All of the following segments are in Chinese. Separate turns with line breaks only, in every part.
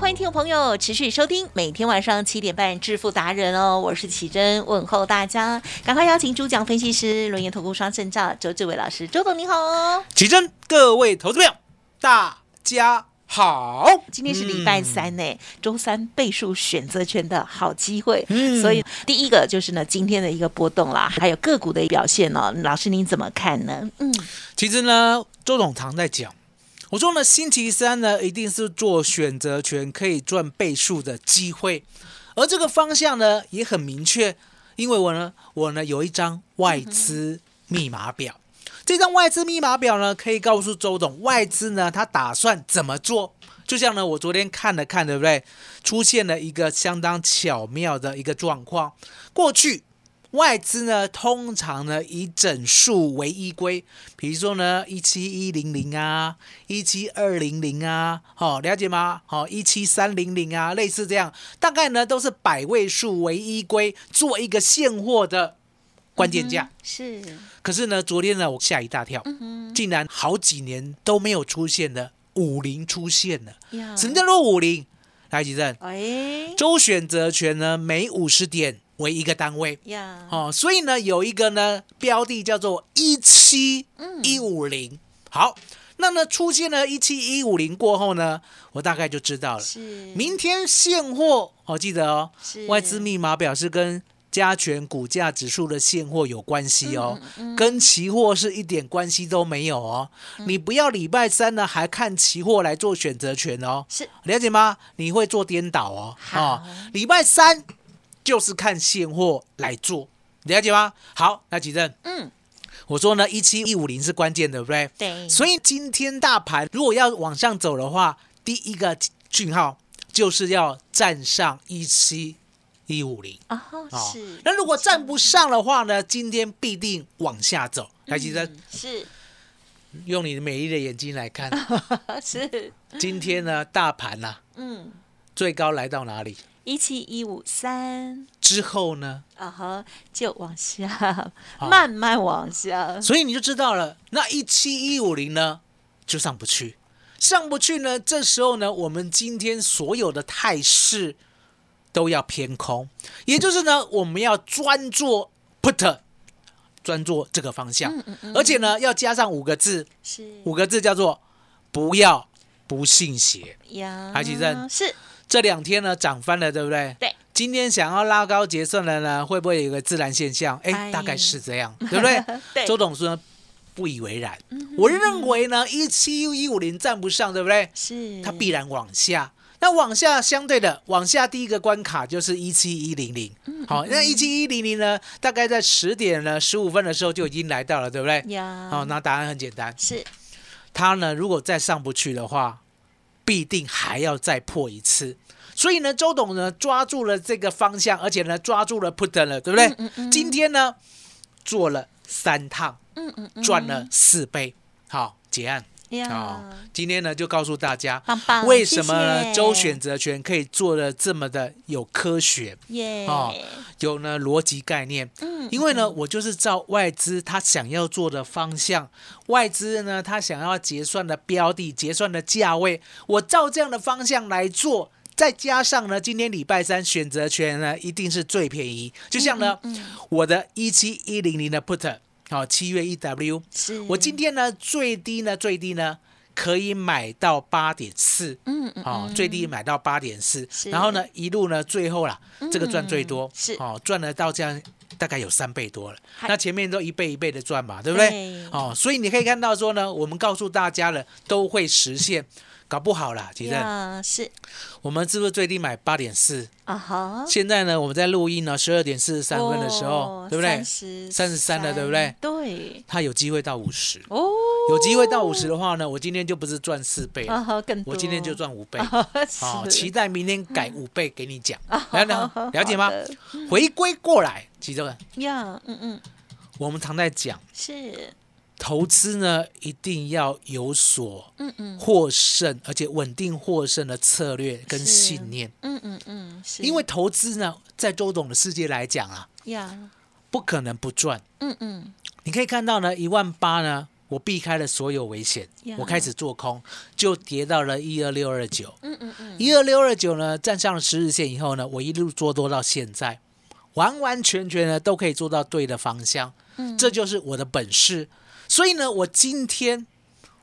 欢迎听众朋友持续收听每天晚上七点半《致富达人》哦，我是启珍，问候大家，赶快邀请主讲分析师、轮研投顾双证照周志伟老师，周董您好哦。
起真，各位投资朋友，大家好。
今天是礼拜三
嗯
呢，周三倍数选择权的好机会，
嗯
所以第一个就是呢今天的一个波动啦，还有个股的表现哦，老师您怎么看呢？嗯，
其实呢，周董常在讲，我说呢，星期三呢一定是做选择权可以赚倍数的机会，而这个方向呢也很明确，因为我呢，我呢有一张外资密码表。这张外资密码表呢，可以告诉周董外资呢他打算怎么做。就像呢，我昨天看了看，对不对？出现了一个相当巧妙的一个状况。过去外资呢，通常呢以整数为依归，比如说呢一七一零零啊，一七二零零啊，好、了解吗？好、一七三零零啊，类似这样，大概呢都是百位数为依归，做一个现货的关键价。
嗯是
可是呢，昨天呢，我吓一大
嗯
跳，竟然好几年都没有出现的五零出现了。
呀
什么叫做五零？来，吉正，
哎
周选择权呢，每五十点为一个单位。
呀，
哦，所以呢，有一个呢标的叫做一七一五零。
嗯
好，那呢出现了一七一五零过后呢，我大概就知道了。
是
明天现货哦，记得哦
是，
外资密码表是跟加权股价指数的现货有关系哦，
嗯
跟期货是一点关系都没有哦。你不要礼拜三呢还看期货来做选择权哦，
是
了解吗？你会做颠倒哦，
好
哦，礼拜三就是看现货来做，了解吗？好，那几正，
嗯，
我说呢，一七一五零是关键，对不对？
对
所以今天大盘如果要往上走的话，第一个讯号就是要站上一七一五零
啊哈
啊
是。
那如果站不上的话呢，今天必定往下走。来，其实
嗯是
用你美丽的眼睛来看，
是
今天呢，大盘啊，
嗯
最高来到哪里？
一七一五三。
之后呢？
啊哈，就往下，慢慢往下。
所以你就知道了，那一七一五零呢就上不去，上不去呢，这时候呢，我们今天所有的态势都要偏空，也就是呢，我们要专做 put，专做这个方向，而且呢，要加上五个字，
是
五个字叫做不要不信邪。
呀，
海奇正
是
这两天呢涨翻了，对不对？
对。
今天想要拉高结算的呢，会不会有一个自然现象？
哎？
哎，大概是这样，对不对
对
周董说不以为然，我认为呢，一七一五零站不上，对不对？
是，
它必然往下。那往下相对的，往下第一个关卡就是一七一零零。好，那一七一零零呢，大概在十点呢十五分的时候就已经来到了，对不对？
呀，
好，那答案很简单，
是
它呢如果再上不去的话，必定还要再破一次。所以呢，周董呢抓住了这个方向，而且呢抓住了 put 了，对不对？
嗯
今天呢做了三趟，
嗯嗯嗯，
赚了四倍，好结案。哦
呀，，
今天呢就告诉大家
棒棒
为什么呢
谢谢
周选择权可以做的这么的有科学，
耶，
哦有呢逻辑概念。
嗯
因为呢，我就是照外资他想要做的方向，外资呢他想要结算的标的、结算的价位，我照这样的方向来做。再加上呢，今天礼拜三选择权呢一定是最便宜，就像呢，
嗯
我的一七一零零的 put，好、七月一 W，
是
我今天呢最低呢最低呢可以买到八点四，
嗯嗯
哦，最低买到八点四
是，嗯
然后呢，一路呢，最后啦，这个赚最多，
是
哦，赚了到这样。大概有三倍多了，
嗨
那前面都一倍一倍的赚嘛，对不对？
对
哦，所以你可以看到说呢，我们告诉大家了，都会实现，搞不好啦，其实
呀，是
我们是不是最低买八点四？
啊哈，
现在呢，我们在录音呢，十二点四十三分的时候，对不对？
哦十
三十三了，对不对？？
对，
它有机会到五十，
哦，
有机会到五十的话呢，我今天就不是赚四倍了
啊哈，更多，
我今天就赚五倍。
啊
好，
是嗯哦
期待明天改五倍给你讲，了了了解
好
吗
的？嗯
回归过来，其中
呀，嗯嗯，
我们常在讲，
是，
投资呢一定要有所
嗯嗯
获胜，而且稳定获胜的策略跟
是
信念。
嗯嗯嗯，是
因为投资呢，在周董的世界来讲啊，
呀，
不可能不赚。
嗯嗯
你可以看到呢，一万八呢，我避开了所有危险
Yeah
我开始做空，就跌到了一二六二九，
嗯嗯嗯，
一二六二九呢站上了十日线以后呢，我一路做多到现在，完完全全呢都可以做到对的方向，
嗯
这就是我的本事。所以呢，我今天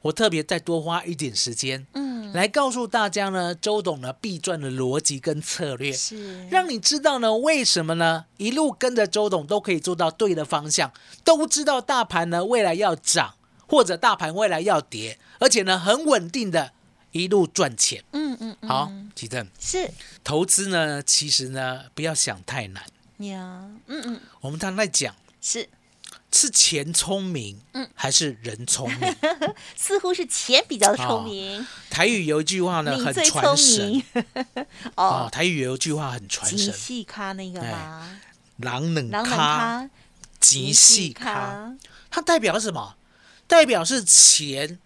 我特别再多花一点时间，嗯，来告诉大家呢，周董呢必赚的逻辑跟策略，
是
让你知道呢，为什么呢？一路跟着周董都可以做到对的方向，都知道大盘呢未来要涨，或者大盘未来要跌，而且呢很稳定的一路赚钱。
嗯嗯嗯，
好，奇正，
是
投资呢其实呢不要想太难，
呀，嗯嗯
我们常在讲
是，
是钱聪明，
嗯
还是人聪明？
似乎是钱比较聪
哦
明，
台语有一句话呢
你
很
最
传
聪
神
明，
啊、
哦，
台语有一句话很传
极
神，
细咖那个
哎
嘛，
狼冷
狼人
咖，
咖，
极
极
细咖。，它代表什么？代表是钱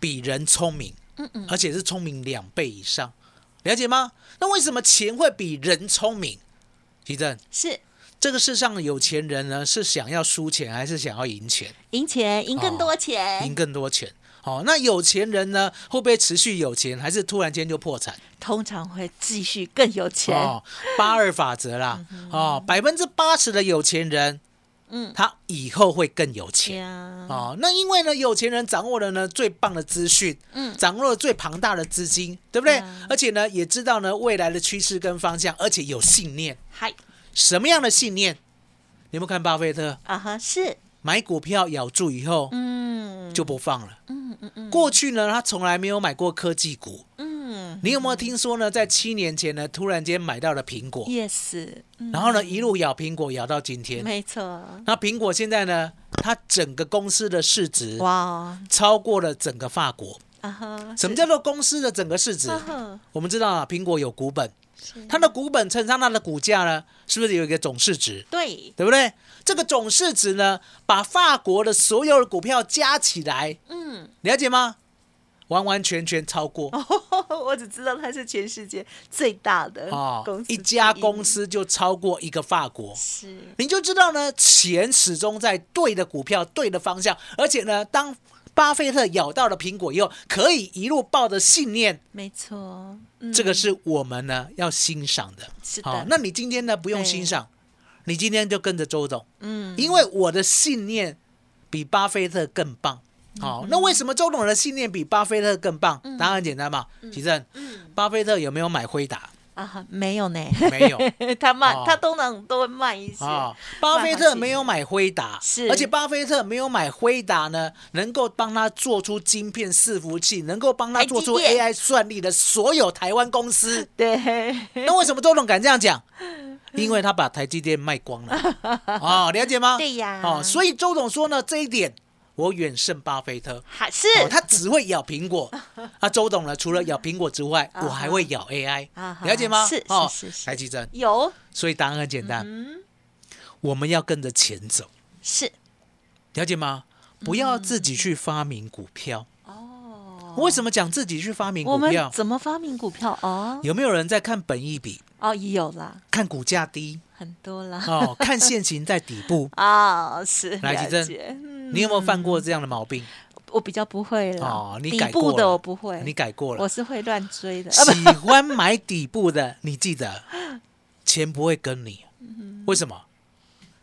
比人聪明，
嗯嗯，
而且是聪明两倍以上，了解吗？那为什么钱会比人聪明？奇正，
是
这个世上的有钱人呢，是想要输钱还是想要赢钱？
赢钱，赢更
哦
多钱，
赢更多钱。哦，那有钱人呢，会不会持续有钱，还是突然间就破产？
通常会继续更有钱。
哦，八二法则啦，哦，百分之八十的有钱人，
嗯
他以后会更有钱。
呀，
哦，那因为呢，有钱人掌握了呢最棒的资讯，
嗯
掌握了最庞大的资金，对不对？
对啊
而且呢，也知道呢未来的趋势跟方向，而且有信念。
嗨
什么样的信念？你有没有看巴菲特
啊哈，是，
买股票咬住以后
嗯，
就不放了？
嗯嗯嗯
过去呢，他从来没有买过科技股。
嗯
你有没有听说呢？在七年前呢，突然间买到了苹果，
，yes，嗯
然后呢一路咬苹果咬到今天。
没错，
那苹果现在呢，它整个公司的市值
哇哦
超过了整个法国。
啊哈，
什
是
么叫做公司的整个市值
啊？哈
我们知道啊，苹果有股本，它的股本乘上它的股价呢，是不是有一个总市值？
对，
对不对？这个总市值呢，把法国的所有的股票加起来，
嗯，哦
了解吗？完完全全超过啊、
我只知道它是全世界最大的公司之，
哦啊一家公司就超过一个法国，
是，
你就知道呢，钱始终在对的股票、对的方向，而且呢，当巴菲特咬到了苹果以后，可以一路抱着信念
没错，嗯，
这个是我们呢要欣赏的。
是的
好、那你今天呢不用
对
欣赏，你今天就跟着周董，
嗯，
因为我的信念比巴菲特更棒。
嗯
好、那为什么周董的信念比巴菲特更棒？答案很简单嘛，
嗯
其正，巴菲特有没有买辉达？
啊哈，没有呢，
没 有
他慢，
哦
他通常都会慢一些，
啊、巴菲特没有买辉达，
是
而且巴菲特没有买辉达呢，能够帮他做出晶片伺服器，能够帮他做出
台积电
AI 算力的所有台湾公司，
对，
那为什么周董敢这样讲？因为他把台积电卖光了， 哦，了解吗？
对呀
哦，所以周董说呢，这一点我远胜巴菲特。
还是
哦，他只会咬苹果， 啊，周董呢，除了咬苹果之外，
啊哈
我还会咬 AI，
啊哈
了解吗？
是是
哦
是，是
台积电，
有，
所以答案很简单，
嗯，
我们要跟着钱走，
是，
了解吗？不要自己去发明股票。
哦，
为什么讲自己去发明
我
股
们
票？
怎么发明股票哦？
有没有人在看本益比，
哦，有啦，
看股价低，
很多啦。
哦，看现行在底部？
啊、是
来
了
吉珍
解嗯
你有没有犯过这样的毛病？
我比较不会了。
哦，你
底
改
部
过
的
了
我不会，
你改过
我
了。
是会乱追的。啊，不，
喜欢买底部的，你记得，
嗯
钱不会跟你，为什么？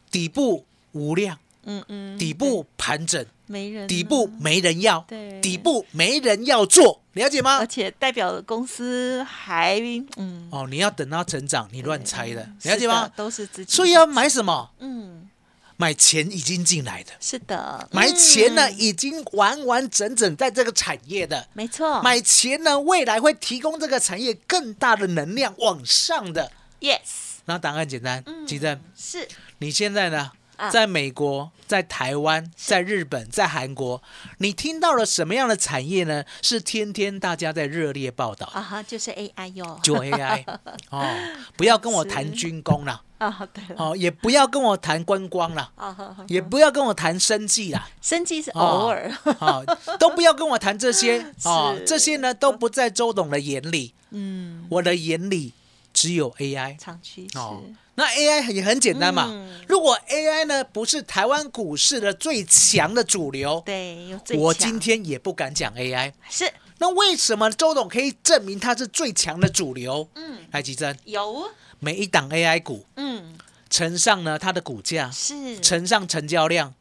底部无量，
嗯嗯，
底部盘整，
没人啊
底部，没人要
对，
底部没人要做，了解吗
而？且代表公司还嗯，
哦，你要等它成长，你乱猜的，了
是的
解吗？
都是自己，
所以要买什么？
嗯，
买钱已经进来的，
是的，
买钱呢
嗯
已经完完整整在这个产业的，
没错，
买钱呢未来会提供这个产业更大的能量往上的。
yes
那答案简单，
嗯
吉正，
是
你现在呢
啊？
在美国、在台湾、在日本、在韩国，你听到了什么样的产业呢？是天天大家在热烈报道的，
啊哈，就是 AI 哟，
就 AI 哦，不要跟我谈军工啦，
啊对了，
哦，也不要跟我谈观光啦，
啊哈哈，
也不要跟我谈生计啦，
生计是
哦
偶尔，
哦，都不要跟我谈这些哦
是，
这些呢都不在周董的眼里，
嗯，
我的眼里只有 AI
长趋势，
哦。那 AI 也很简单嘛，
嗯
如果 AI 呢不是台湾股市的最强的主流，
对，有最
我
强
今天也不敢讲 AI。
是
那为什么周董可以证明它是最强的主流？嗯，来吉珍，
有，
每一档 AI 股
嗯，
乘上呢它的股价，
是
乘上成交量。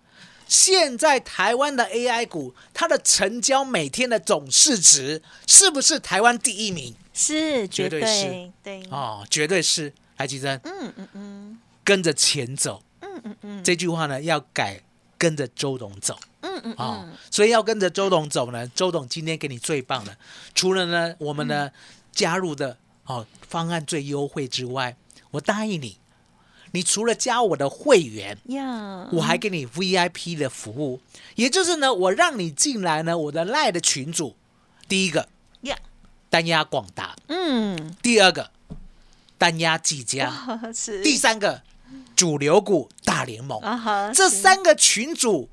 现在台湾的 AI 股，它的成交每天的总市值是不是台湾第一名？
是
绝对是
对对，
哦，绝对是。来吉珍，
嗯嗯嗯
跟着钱走。
嗯嗯嗯
这句话呢要改跟着周董走
嗯嗯
啊、
嗯，
所以要跟着周董走呢，周董今天给你最棒的，除了呢我们
嗯
呢、加入的哦方案最优惠之外，我答应你，你除了加我的会员。
呀，
我还给你 VIP 的服务，也就是呢，我让你进来呢，我的赖的群主，第一个
呀，
单压广达，
嗯，
第二个单压技嘉，
是
第三个主流股大联盟，
啊哈，
这
是
三个群主，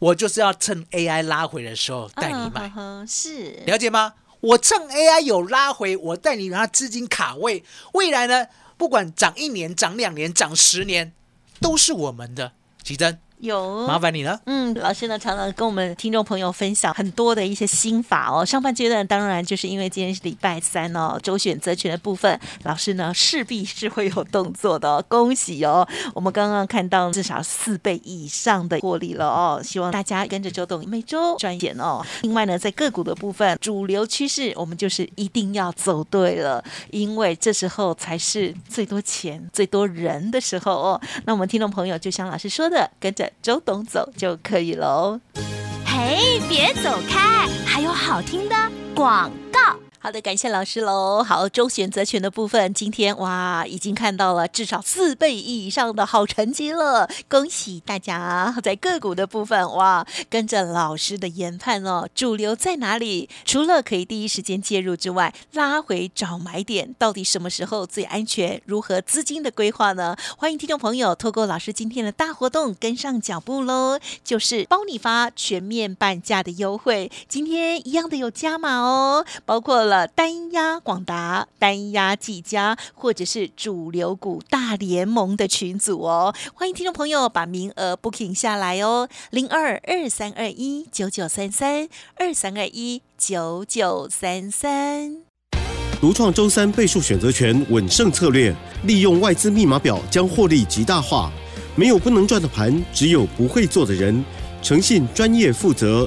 我就是要趁 AI 拉回的时候带你
啊
买，
哈哈是
了解吗？我趁 AI 有拉回，我带你把它资金卡位，未来呢，不管涨一年、涨两年、涨十年，都是我们的。奇珍，
有
麻烦你了。
嗯，老师呢常常跟我们听众朋友分享很多的一些心法哦。上半阶段当然就是因为今天是礼拜三哦，周选择权的部分，老师呢势必是会有动作的、哦，恭喜哦！我们刚刚看到至少四倍以上的获利了哦，希望大家跟着周董每周赚一点哦。另外呢，在个股的部分，主流趋势我们就是一定要走对了，因为这时候才是最多钱、最多人的时候哦。那我们听众朋友就像老师说的，跟着周董走就可以喽。
嘿，别走开，还有好听的广告。
好的，感谢老师喽。好，周选择权的部分，今天哇，已经看到了至少四倍以上的好成绩了，恭喜大家！在个股的部分，哇，跟着老师的研判哦，主流在哪里？除了可以第一时间介入之外，拉回找买点，到底什么时候最安全？如何资金的规划呢？欢迎听众朋友透过老师今天的大活动跟上脚步喽，就是包你发全面半价的优惠，今天一样的有加码哦，包括了单压广达、单压技嘉，或者是主流股大联盟的群组哦，欢迎听众朋友把名额 booking 下来哦，零二二三二一九九三三二三二一九九三三。
独创周三倍数选择权稳胜策略，利用外资密码表将获利极大化。没有不能赚的盘，只有不会做的人。诚信、专业、负责，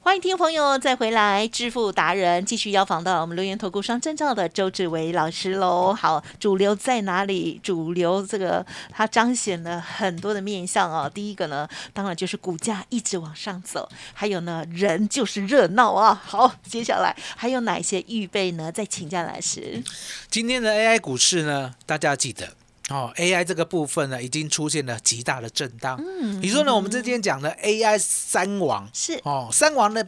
欢迎听众朋友再回来，致富达人继续邀访到我们留言投顾商证照的周志伟老师喽。好，主流在哪里？主流这个它彰显了很多的面向哦。第一个呢，当然就是股价一直往上走，还有呢，人就是热闹啊。 好，接下来还有哪一些预备呢？再请教老师。
今天的 AI 股市呢，大家记得哦，AI 这个部分呢，已经出现了极大的震荡。嗯，你说呢？我们之前讲的 AI 三王
是
哦，三王呢，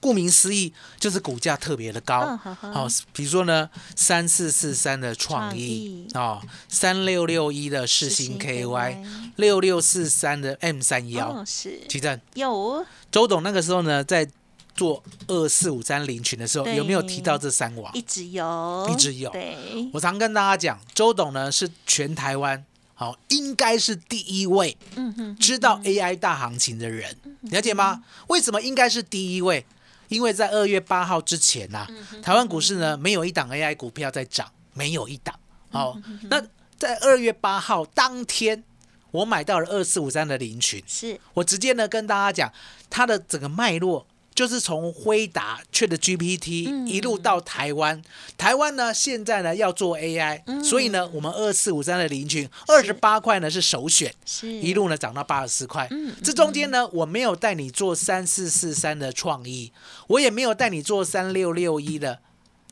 顾名思义就是股价特别的高。
嗯呵呵
哦，比如说呢，三四四三的创意哦，三六六一的世
世
星
新
KY，
KY
六六四三的 M 三幺
哦，。是
奇正，
有
周董那个时候呢，在做二四五三零群的时候，
对
有没有提到这三王
一？直有，
一直有
对，
我常跟大家讲，周董呢是全台湾好、应该是第一位
嗯哼，嗯
知道 AI 大行情的人，了解吗？为什么应该是第一位？因为在二月八号之前呐、
嗯
台湾股市呢没有一档 AI 股票在涨，没有一档。好、
嗯
那在二月八号当天，我买到了二四五三的林群，
是
我直接呢跟大家讲，它的整个脉络就是从辉达、Chat
嗯
GPT 一路到台湾。台湾呢现在呢要做 AI，、所
嗯
以呢我们二四五三的林群二十八块呢是首选，
是嗯
一路呢涨到八十四块。这中间呢我没有带你做三四四三的创意，我也没有带你做三六六一的。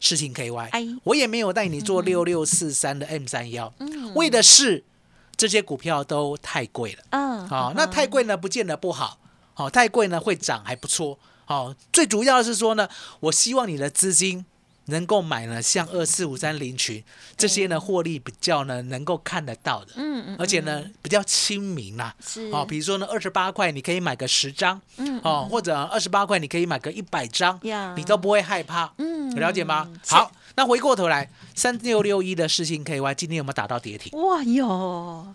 事情 KY，、
哎嗯
我也没有带你做六六四三的 M 三幺，为的是这些股票都太贵了。
嗯，
好、那太贵呢，不见得不好。好、太贵呢会涨还不错。好、最主要的是说呢，我希望你的资金能够买呢，像二四五三零群这些呢，获利比较呢能够看得到的。
嗯嗯
而且呢比较亲民啦。
是
哦，比如说呢，二十八块你可以买个十张，嗯，哦，或者二十八块你可以买个一百张
呀，
你都不会害怕。
嗯
了解吗？
是
好，那回过头来，三六六一的世信 KY 今天有没有打到跌停？
哇有
哦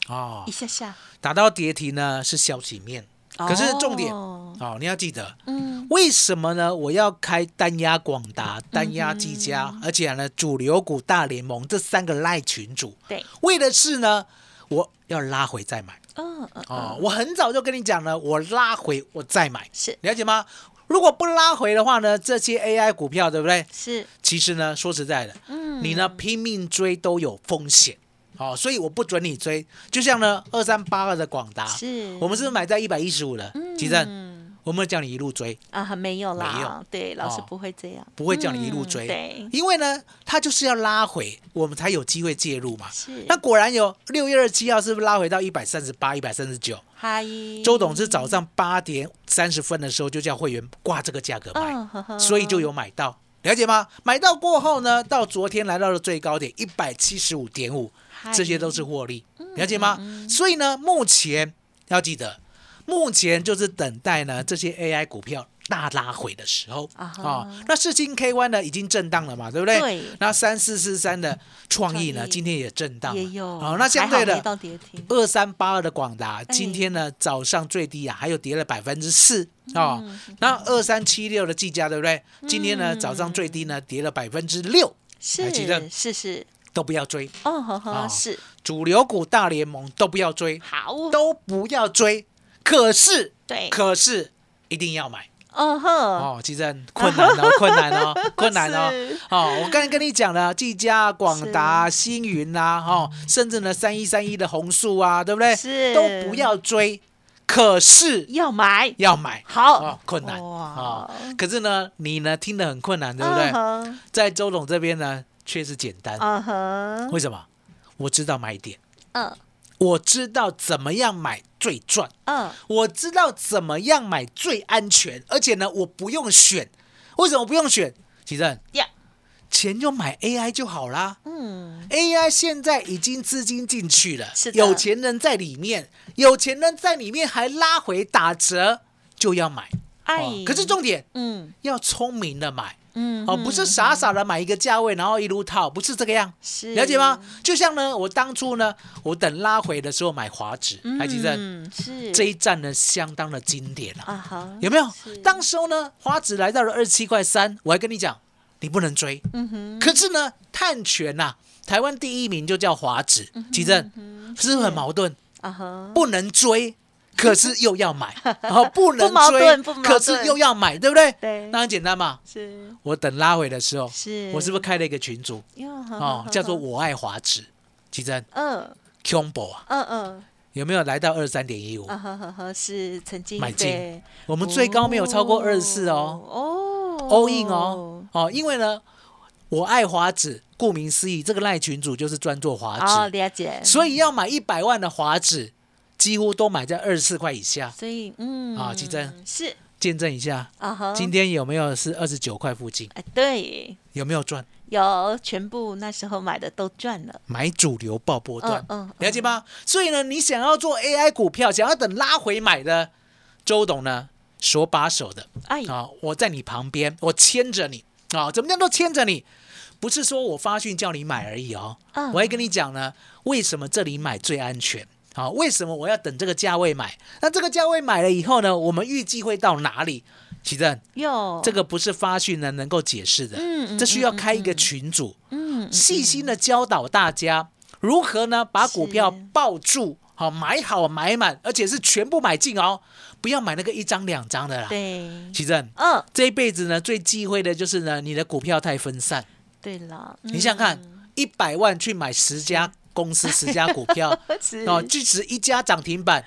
一，下下，
打到跌停呢是消息面，可是重点
哦
哦你要记得，
嗯，
为什么呢？我要开单压广达、单压技嘉，而且呢主流股大联盟这三个赖群主，
对，
为的是呢，我要拉回再买
嗯嗯
哦。我很早就跟你讲了，我拉回我再买，
是
了解吗？如果不拉回的话呢，这些 AI 股票对不对？
是，
其实呢，说实在的，
嗯
你呢拼命追都有风险，哦，所以我不准你追。就像呢，二三八二的广达，
是
我们是不是买在一百一十五了？吉正，
嗯
我们叫你一路追，
啊没有
没
啦
有，
对，老师
哦
不会这样，
不会叫你一路追，
嗯对，
因为呢，它就是要拉回，我们才有机会介入嘛。
是
那果然有六月二十七号，是不是拉回到一百三十八、一百三十九？
嗨，
周董是早上八点三十分的时候就叫会员挂这个价格买，
嗯呵呵
所以就有买到，了解吗？买到过后呢，到昨天来到了最高点一百七十五点五，这些都是获利，
嗯
了解吗？所以呢，目前要记得，目前就是等待呢这些 AI 股票。大拉回的时候
啊
啊、
哈
那世金 KY 呢已经震荡了嘛，对不对？
对
那三四四三的创意呢，
创意
今天也震荡了。
也有，
好、那相
还好
对的
没到跌停，
二三八二的广达，今天呢早上最低啊，还有跌了百分之四哦。那二三七六的技嘉，对不对？今天呢早上最低呢跌了百分之六，
是
记得
是是，
都不要追。
哦呵呵
哦
是，
主流股大联盟都不要追，
好，
都不要追。可是，
对
可是一定要买
哦呵，
哦，其实困难哦，困难 哦，困难哦
是。
哦，我刚才跟你讲了，技嘉、广达、星云啦、哦，甚至呢三一三一的红树啊，对不对？
是
都不要追，可是
要买，
要买。
好
哦，，困难
哇
哦，可是呢，你呢听得很困难，对不对？
嗯
在周董这边呢，却是简单
哼，。嗯哼，
为什么？我知道买点，
嗯
我知道怎么样买最赚，
嗯，
我知道怎么样买最安全，而且呢，我不用选。为什么不用选？其正，
呀，
钱就买 AI 就好啦。
嗯，
AI 现在已经资金进去了，
是的
有钱人在里面，有钱人在里面还拉回打折，就要买。
哎
哦，可是重点
嗯
要聪明的买。
嗯，
哦，不是傻傻的买一个价位，然后一路套，不是这个样，
是
了解吗？就像呢，我当初呢，我等拉回的时候买华哎指，还记得
嗯，是
这一站呢，相当的经典啊，
啊哈，
有没有
是？
当时候呢，华指来到了二十七块三，我还跟你讲，你不能追，
嗯哼，
可是呢，探权呐、啊台湾第一名就叫华指，
嗯
奇正，是不是很矛盾？
啊哈，
不能追，可是又 要买，然后不能
不矛
追
盾不，矛
可是
盾
又要买，对不对？
对
那很简单嘛。
是
我等拉回的时候，
是
我是不是开了一个群组
哟，
哦
哦，
叫做“我爱华指”，奇珍
嗯
combo 啊，
嗯嗯，
有没有来到二三点一五
啊？哈哈哈，是曾经
买进
对
我们最高没有超过二十四哦
哦
，all in 哦，哦，因为呢，我爱华指，顾名思义，这个赖群主就是专做华
哦，
啊指，
了解，
所以要买一百万的华指，几乎都买在二十四块以下，
所以嗯
啊奇珍
是
见证一下。
啊哈，
今天有没有是二十九块附近？
哎对，
有没有赚？
有全部那时候买的都赚了，
买主流爆波段，
嗯嗯
了解吗？所以呢，你想要做 AI 股票，想要等拉回买的，周董呢手把手的，
哎
啊，我在你旁边，我牵着你啊，怎么样都牵着你，不是说我发讯叫你买而已哦，
嗯
我会跟你讲呢，为什么这里买最安全。啊，为什么我要等这个价位买？那这个价位买了以后呢，我们预计会到哪里？奇正，
哟，
这个不是发讯呢能够解释的，
哦嗯嗯
这需要开一个群组，
嗯，
细心的教导大家如何呢把股票
是
抱住，好买好买满，而且是全部买进哦，不要买那个一张两张的啦。，
对，
奇正，
嗯，
这一辈子呢最忌讳的就是呢你的股票太分散，
对了，，
你想想看，一百万去买十家公司十家股票
是
哦，即使一家涨停板，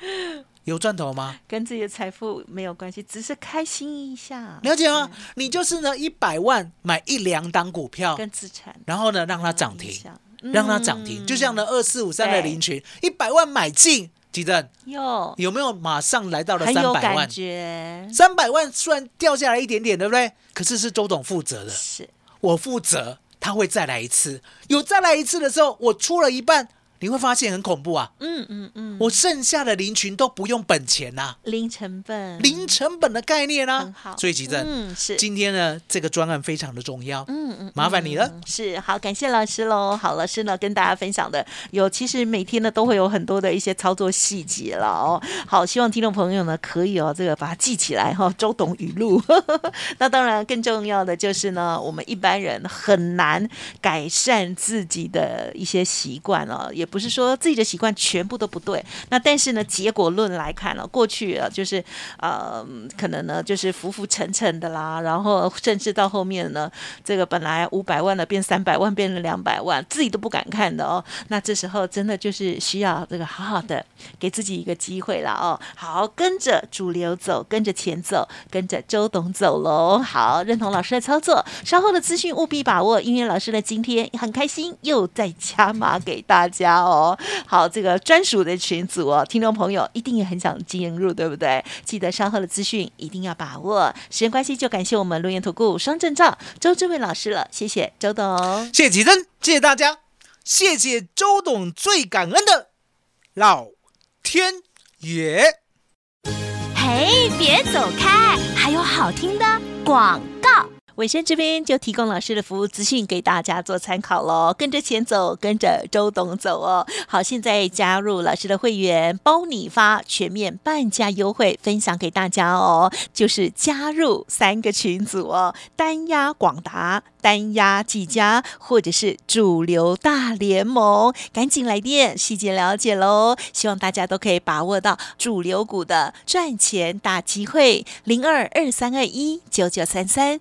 有赚头吗？
跟自己的财富没有关系，只是开心一下，
了解吗？你就是呢一百万买一两档股票，
跟资产
然后呢让它涨
一
停。
下，
让它涨停，就像呢二四五三的
嗯对
林群，一百万买进，吉正
哟，
有没有马上来到了
很
三
有
百
感
万？
觉，
三百万虽然掉下来一点点，对不对？可是是周董负责的，
是
我负责，他会再来一次。有再来一次的时候，我出了一半，你会发现很恐怖啊！
嗯嗯嗯，
我剩下的林群都不用本钱呐、
零成本，
零成本的概念
嗯很
啊
好，
所以吉正，
嗯是。
今天呢这个专案非常的重要，
嗯嗯，
麻烦你了
嗯是好，感谢老师喽。好，老师呢跟大家分享的有，其实每天呢都会有很多的一些操作细节了哦。好，希望听众朋友呢可以哦，这个把它记起来哈、哦周董语录。那当然更重要的就是呢，我们一般人很难改善自己的一些习惯哦，也不是说自己的习惯全部都不对。那但是呢，结果论来看呢、过去啊就是呃，可能呢就是浮浮沉沉的啦，然后甚至到后面呢，这个本来五百万的变三百万，变成两百万，自己都不敢看的哦。那这时候真的就是需要这个好好的给自己一个机会了哦。好，跟着主流走，跟着钱走，跟着周董走喽。好，认同老师的操作，稍后的资讯务必把握，因为老师呢今天很开心又在加码给大家哦。 好，这个专属的群组哦，听众朋友一定也很想进入，对不对？记得稍后的资讯一定要把握。时间关系，就感谢我们录音投顾双证照周志伟老师了，谢谢周董。
谢谢吉正，谢谢大家，谢谢周董，最感恩的老天爷。
嘿，别走开，还有好听的广告。
尾声这边就提供老师的服务资讯给大家做参考喽，跟着钱走，跟着周董走哦。好，现在加入老师的会员，包你发全面半价优惠，分享给大家哦。就是加入三个群组哦，单压广达、单压技嘉，或者是主流大联盟，赶紧来电细节了解喽。希望大家都可以把握到主流股的赚钱大机会，零二二三二一九九三三。